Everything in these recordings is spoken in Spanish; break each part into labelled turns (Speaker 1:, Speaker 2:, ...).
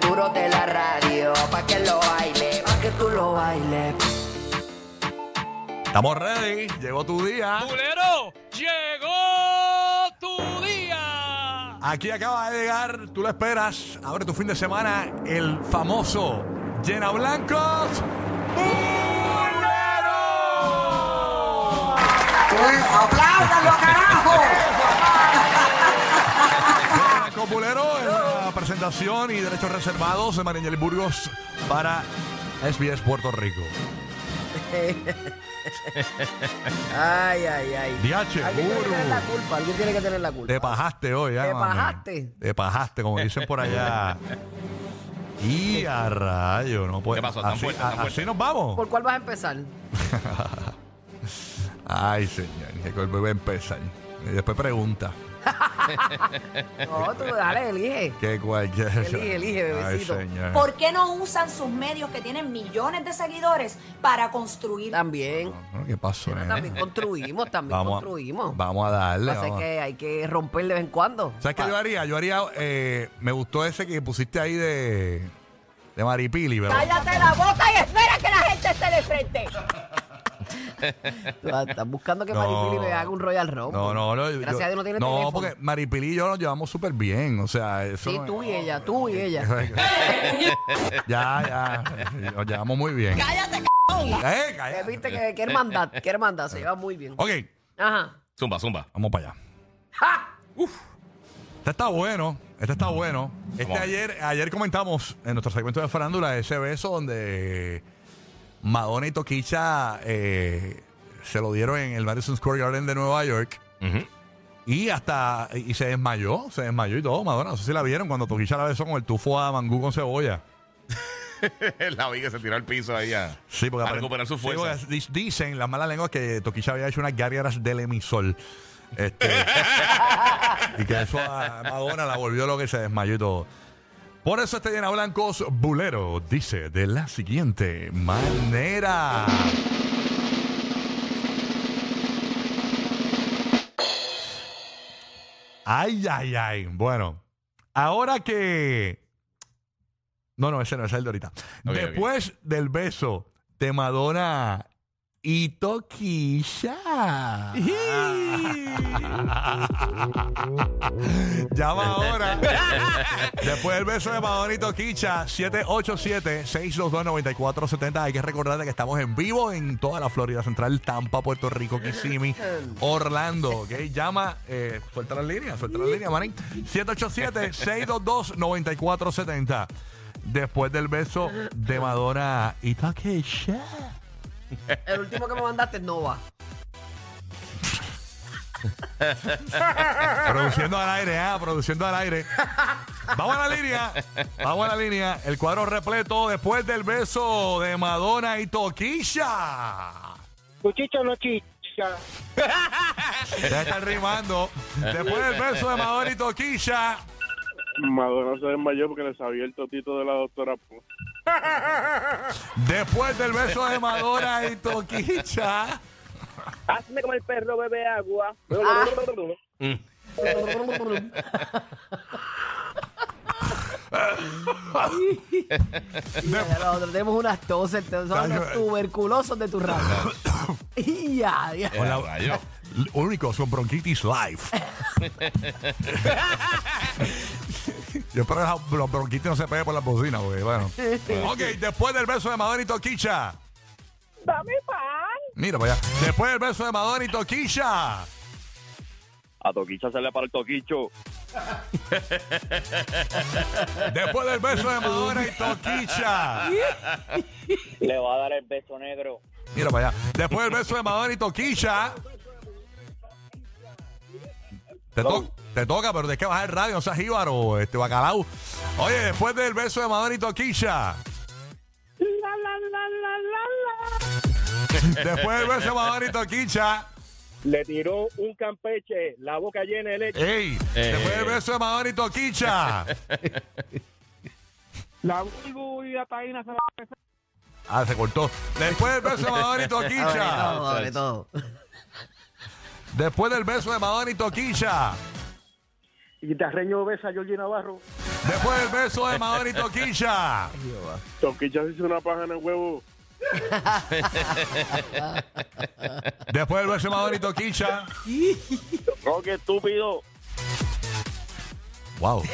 Speaker 1: duro de la radio, pa' que lo baile, pa' que tú lo bailes.
Speaker 2: Estamos ready, llegó tu día.
Speaker 3: ¡Culero! ¡Llegó tu día!
Speaker 2: Aquí acaba de llegar, tú lo esperas. Abre tu fin de semana el famoso Llena Blancos. ¡Bulero!
Speaker 4: ¡Apláudalo, carajo!
Speaker 2: Llena Blancos Bulero en la presentación y derechos reservados de Mariñel Burgos para SBS Puerto Rico.
Speaker 4: Ay, ay, ay.
Speaker 2: DH,
Speaker 4: Alguien tiene que tener la
Speaker 2: Burgos.
Speaker 4: culpa, alguien tiene que tener la culpa.
Speaker 2: Te pajaste hoy, ¿eh,
Speaker 4: Te
Speaker 2: mami?
Speaker 4: pajaste.
Speaker 2: Te pajaste, como dicen por allá. Y a rayo, no puede.
Speaker 3: ¿Qué pasó? Tan
Speaker 2: así,
Speaker 3: fuerte, tan
Speaker 2: a-
Speaker 3: fuerte.
Speaker 2: así nos vamos.
Speaker 4: ¿Por cuál vas a empezar?
Speaker 2: Ay, señor, que con el bebé empieza. Y después pregunta.
Speaker 4: No, tú dale, elige.
Speaker 2: Que cualquier.
Speaker 4: Elige, elige, bebecito.
Speaker 2: Ay, señor.
Speaker 5: ¿Por qué no usan sus medios que tienen millones de seguidores para construir?
Speaker 4: También.
Speaker 2: Bueno, ¿Qué pasó, nene?
Speaker 4: También construimos, también
Speaker 2: Eh. Vamos, a,
Speaker 4: construimos.
Speaker 2: vamos a darle.
Speaker 4: Pasa es
Speaker 2: vamos a-
Speaker 4: que hay que romper de vez en cuando.
Speaker 2: ¿Sabes qué
Speaker 4: Pa-
Speaker 2: yo haría? Yo haría. eh, me gustó ese que pusiste ahí de. De Maripili, ¿verdad?
Speaker 5: Cállate la boca y espera que la gente esté de frente.
Speaker 4: tú Ah, Estás buscando que Maripili me haga un Royal Rumble.
Speaker 2: No, no, no. yo-
Speaker 4: Gracias a Dios no tiene
Speaker 2: No,
Speaker 4: teléfono.
Speaker 2: porque Maripili y yo nos llevamos súper bien. O sea, eso.
Speaker 4: Sí,
Speaker 2: no-
Speaker 4: tú y ella, tú y ella.
Speaker 2: ya, ya. Nos llevamos muy bien.
Speaker 5: Cállate,
Speaker 2: Eh,
Speaker 4: Eh,
Speaker 2: cállate.
Speaker 4: Viste que, que hermandad, que hermandad, se lleva muy bien.
Speaker 2: Ok,
Speaker 4: Ajá.
Speaker 3: Zumba, zumba.
Speaker 2: vamos para allá.
Speaker 4: ¡Ja!
Speaker 2: Este está bueno, este está bueno. Este
Speaker 3: Vamos.
Speaker 2: ayer, ayer comentamos en nuestro segmento de farándula ese beso donde Madonna y Toquicha eh, se lo dieron en el Madison Square Garden de Nueva York y hasta y se desmayó, se desmayó y todo. Madonna, no sé si la vieron cuando Toquicha la besó con el tufo a mangú con cebolla.
Speaker 3: la vi que se tiró al piso ahí a,
Speaker 2: Sí, porque
Speaker 3: a
Speaker 2: aparent-
Speaker 3: recuperar su
Speaker 2: sí,
Speaker 3: fuerza.
Speaker 2: porque di- dicen las malas lenguas que Toquicha había hecho unas gárgaras del emisol. Este, y que eso a Madonna la volvió lo que se desmayó y todo. Por eso este llena blancos bulero dice de la siguiente manera. Ay, ay, ay. Bueno, ahora que. No, no, ese no, ese es el de ahorita.
Speaker 3: Ok, ok.
Speaker 2: Después del beso de Madonna y Toquilla. Llama ahora. Después del beso de Madonna y Toquicha, 787-622-9470. Hay que recordar que estamos en vivo en toda la Florida Central, Tampa, Puerto Rico, Kissimmee, Orlando. ¿ok? Llama, eh, suelta las líneas, suelta las líneas, manín. 787-622-9470. Después del beso de Madonna y Toquicha.
Speaker 4: El último que me mandaste no va.
Speaker 2: Produciendo al aire, ah, produciendo al aire. Vamos a la línea, vamos a la línea. El cuadro repleto después del beso de Madonna y Toquilla.
Speaker 6: Cuchicho no chicha.
Speaker 2: Ya están rimando. Después del beso de Madonna y Toquilla.
Speaker 7: Madonna se desmayó porque le sabía el totito de la doctora. Poo.
Speaker 2: Después del beso de Madonna y Toquilla.
Speaker 6: Hazme como el perro bebe agua.
Speaker 4: Ya, Nosotros tenemos unas toses, son los tuberculosos de tu raza. Y ya, ya.
Speaker 3: Eh, rayo.
Speaker 2: Únicos con bronquitis live. Yo espero que la- los bronquitis no se peguen por las bocinas, güey. Bueno. Ok, después del beso de Madonna y Toquilla.
Speaker 6: Dame pan.
Speaker 2: Mira para allá. Después del beso de Madonna y Toquilla.
Speaker 7: A Toquicha se le para el Toquicho.
Speaker 2: Después del beso de Madonna y Toquilla.
Speaker 6: Le va a dar el beso negro.
Speaker 2: Mira para allá. Después del beso de Madonna y Toquilla. Te, to- te toca, pero tienes que bajar el radio, no seas jíbaro, este bacalao. Oye, después del beso de Madonna y Toquilla.
Speaker 6: La, la, la, la, la, la.
Speaker 2: Después del beso de Madonna y Toquilla.
Speaker 6: Le tiró un campeche, la boca llena de leche.
Speaker 2: Ey, después del beso de Madonna y Toquilla.
Speaker 6: La bulbu y la taína se la
Speaker 2: Ah, se cortó. Después del beso de Madonna y Toquilla.
Speaker 4: Todo, sobre todo.
Speaker 2: Después del beso de Madonna y Toquilla.
Speaker 6: Y te arreño besa a Georgie Navarro.
Speaker 2: Después del beso de Madonna y Toquilla.
Speaker 7: Toquicha se hizo una paja en el huevo.
Speaker 2: Después del beso de Madonna y Toquilla.
Speaker 7: Roque, estúpido.
Speaker 2: Wow.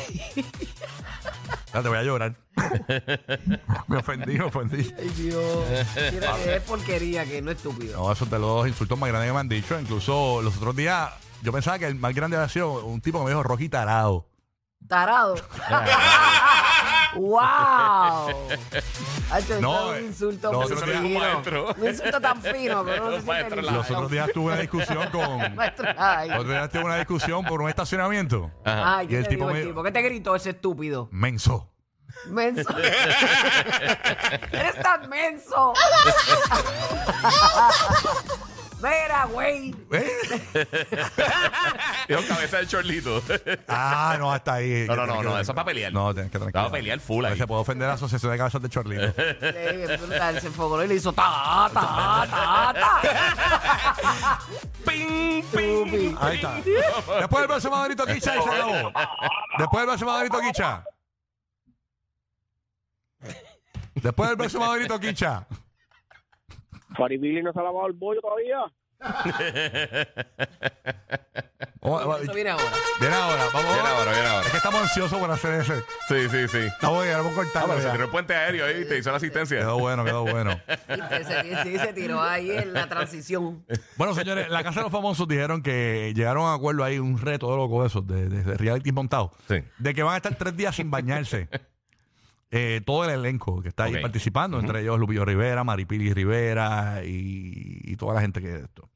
Speaker 2: Ya te voy a llorar. me ofendí, me ofendí.
Speaker 4: Ay, Dios. Mira que es porquería, que no es estúpido.
Speaker 2: No, eso es de los insultos más grandes que me han dicho. Incluso los otros días, yo pensaba que el más grande había sido un tipo que me dijo Rocky Tarado.
Speaker 4: Tarado. ¡Wow! Hacho,
Speaker 2: No,
Speaker 4: no, es un insulto
Speaker 2: no,
Speaker 4: muy
Speaker 2: eso no tiene
Speaker 3: como
Speaker 4: fino.
Speaker 3: maestro.
Speaker 4: Un insulto tan fino, pero no
Speaker 3: Un
Speaker 4: se siente
Speaker 3: maestro
Speaker 4: ni-
Speaker 3: la-
Speaker 2: Los otros días tuve una discusión con. Los
Speaker 4: Maestro, ay.
Speaker 2: otros días tuve una discusión por un estacionamiento.
Speaker 4: Ay,
Speaker 2: Y
Speaker 4: ¿qué
Speaker 2: el
Speaker 4: te
Speaker 2: tipo
Speaker 4: dijo el
Speaker 2: me-
Speaker 4: tipo? ¿Qué te gritó ese estúpido?
Speaker 2: Menso.
Speaker 4: Menso. Eres tan menso. Mira, güey.
Speaker 2: ¿Eh?
Speaker 3: Digo, cabeza de chorlito.
Speaker 2: Ah, no, hasta ahí.
Speaker 3: No, no, no, no, eso es para pelear.
Speaker 2: No, tienes que tranquilo.
Speaker 3: Vamos a pelear full
Speaker 2: No
Speaker 3: ahí.
Speaker 2: Se puede ofender a la Asociación de Cabezas de Chorlito.
Speaker 4: Le- le- brutal, Se enfocó y le hizo ta, ta, ta, ta.
Speaker 3: ¡Ping!
Speaker 4: Tupi.
Speaker 2: Ahí está. Después del beso de Madonna y Toquicha y se acabó. Después del beso de Madonna y Toquicha. Después del beso de Madonna y Toquicha.
Speaker 7: Faribili no se ha lavado el bollo todavía.
Speaker 2: Oh, oh,
Speaker 4: Eso viene ahora.
Speaker 2: Viene ahora, vamos.
Speaker 3: Viene ahora, viene ahora.
Speaker 2: Es que estamos ansiosos por hacer ese.
Speaker 3: Sí, sí, sí.
Speaker 2: Estamos bien, vamos
Speaker 3: Ah, pero se tiró
Speaker 2: cortando.
Speaker 3: el puente aéreo ahí y te hizo la asistencia.
Speaker 2: Quedó bueno, quedó bueno.
Speaker 4: Y se, sí, se tiró ahí en la transición.
Speaker 2: Bueno, señores, la Casa de los Famosos dijeron que llegaron a un acuerdo ahí, un reto de loco eso, de, de- de reality montado,
Speaker 3: Sí.
Speaker 2: de que van a estar tres días sin bañarse. Eh, todo el elenco que está ahí
Speaker 3: Ok.
Speaker 2: participando, entre ellos Lupillo Rivera, Maripili Rivera y, y toda la gente que esto.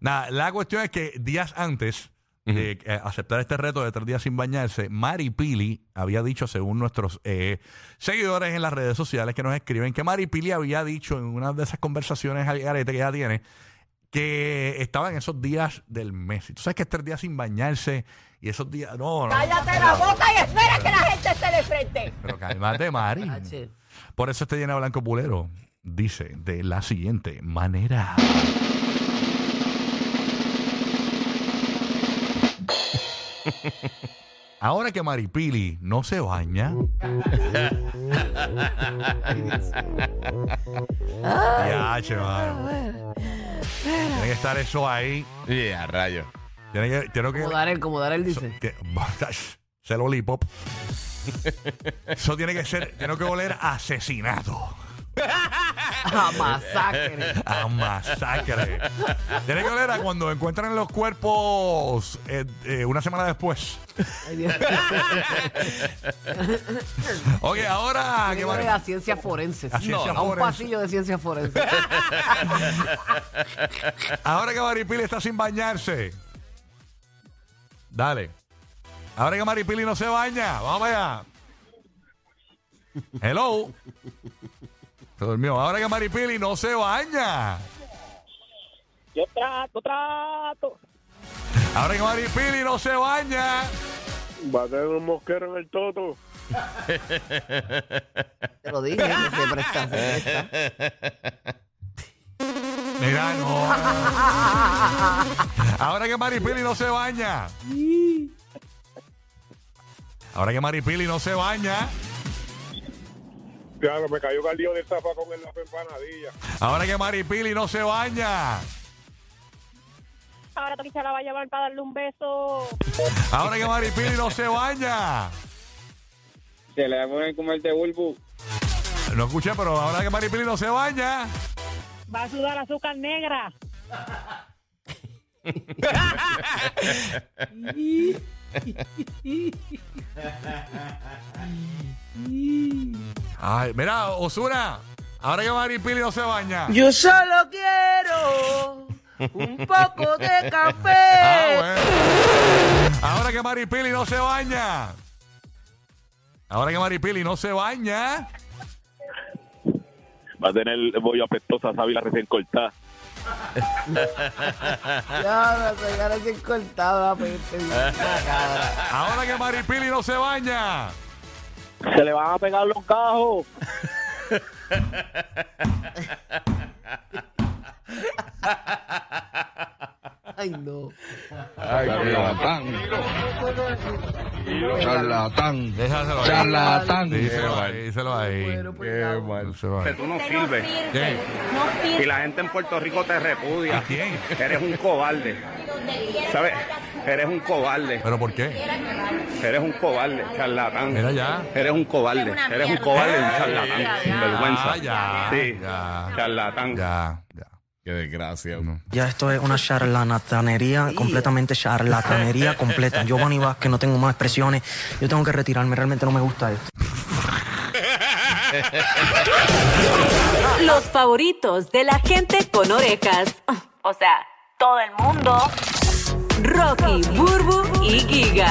Speaker 2: Nada, la cuestión es que días antes de eh, aceptar este reto de tres días sin bañarse, Maripili había dicho, según nuestros eh, seguidores en las redes sociales que nos escriben, que Maripili había dicho en una de esas conversaciones al garete que ella tiene, que estaba en esos días del mes. Y Tú sabes que es tres días sin bañarse y esos días. No, no.
Speaker 5: Cállate la boca y espera que la gente esté de frente.
Speaker 2: Pero cálmate, Mari.
Speaker 4: H.
Speaker 2: Por eso este llena blanco pulero dice de la siguiente manera. Ahora que Maripili no se baña. ya, che, mano. Tiene que estar eso ahí.
Speaker 3: Y a rayo.
Speaker 2: Tiene que, tiene que,
Speaker 4: Como Darel, como Darel dice.
Speaker 2: que- ese lollipop. Eso tiene que ser, tiene que oler a asesinato,
Speaker 4: A masacre.
Speaker 2: a masacre. tiene que oler a cuando encuentran los cuerpos eh, eh, una semana después.
Speaker 4: Ay, Dios.
Speaker 2: Ok, ahora que
Speaker 4: Tiene
Speaker 2: Mari-
Speaker 4: que a ciencias forenses.
Speaker 2: A ciencias
Speaker 4: a un
Speaker 2: forenses.
Speaker 4: pasillo de ciencias forenses.
Speaker 2: ahora que Maripili está sin bañarse. Dale. Ahora que Maripili no se baña, vamos allá. Hello. Se durmió. Ahora que Maripili no se baña.
Speaker 6: Yo trato, trato.
Speaker 2: Ahora que Maripili no se baña.
Speaker 7: Va a tener un mosquero en el toto.
Speaker 4: Te lo dije, que se presta, se presta.
Speaker 2: Mira, no. Ahora que Maripili no se baña. Ahora que Maripili no se baña.
Speaker 7: Claro, me cayó caldío de zapa con la empanadilla.
Speaker 2: Ahora que Maripili no se baña.
Speaker 8: Ahora Toquicha la va a llevar para darle un beso.
Speaker 2: Ahora que Maripili no se baña.
Speaker 7: Se le va a poner como el de Bulbu.
Speaker 2: No escuché, pero ahora que Maripili no se baña.
Speaker 8: Va a sudar azúcar negra.
Speaker 2: Ay, mira, Osuna. Ahora que Maripili no se baña.
Speaker 9: Yo solo quiero un poco de
Speaker 2: Ah,
Speaker 9: café.
Speaker 2: bueno. Ahora que Maripili no se baña. Ahora que Maripili no se baña.
Speaker 7: Va a tener el bollo apestosa, sábila recién cortada.
Speaker 4: Ya, no se gana sin cortado, pues, este, la cabra.
Speaker 2: Ahora que Maripili no se baña.
Speaker 7: Se le van a pegar los cajos.
Speaker 4: Ay, no.
Speaker 3: Ay,
Speaker 10: charlatán,
Speaker 2: Déjaselo ahí.
Speaker 10: charlatán.
Speaker 2: Díselo ahí,
Speaker 3: Qué
Speaker 2: díselo ahí.
Speaker 4: Pero, pues,
Speaker 3: Qué
Speaker 4: cabrón.
Speaker 3: mal.
Speaker 2: Díselo ahí.
Speaker 7: Tú no
Speaker 5: Usted no
Speaker 7: sirves.
Speaker 5: sirve. No
Speaker 7: Y
Speaker 5: sirve.
Speaker 7: la gente en Puerto Rico te
Speaker 2: ¿A
Speaker 7: repudia.
Speaker 2: quién?
Speaker 7: Eres un cobarde. ¿Sabes? Eres un cobarde.
Speaker 2: ¿Pero por qué?
Speaker 7: Eres un cobarde, charlatán.
Speaker 2: Mira ya.
Speaker 7: Eres un cobarde. Eres un cobarde, un charlatán. Sin vergüenza.
Speaker 2: Ah, ya.
Speaker 7: Sí.
Speaker 2: Ya.
Speaker 7: Charlatán.
Speaker 2: Ya. Ya.
Speaker 3: Ah, Qué desgracia.
Speaker 2: No.
Speaker 11: Ya esto es una charlatanería, completamente charlatanería completa. Yo, Bonnie Vázquez, no tengo más expresiones. Yo tengo que retirarme, realmente no me gusta esto.
Speaker 12: Los favoritos de la gente con orejas. O sea, todo el mundo. Rocky, Burbu y Giga.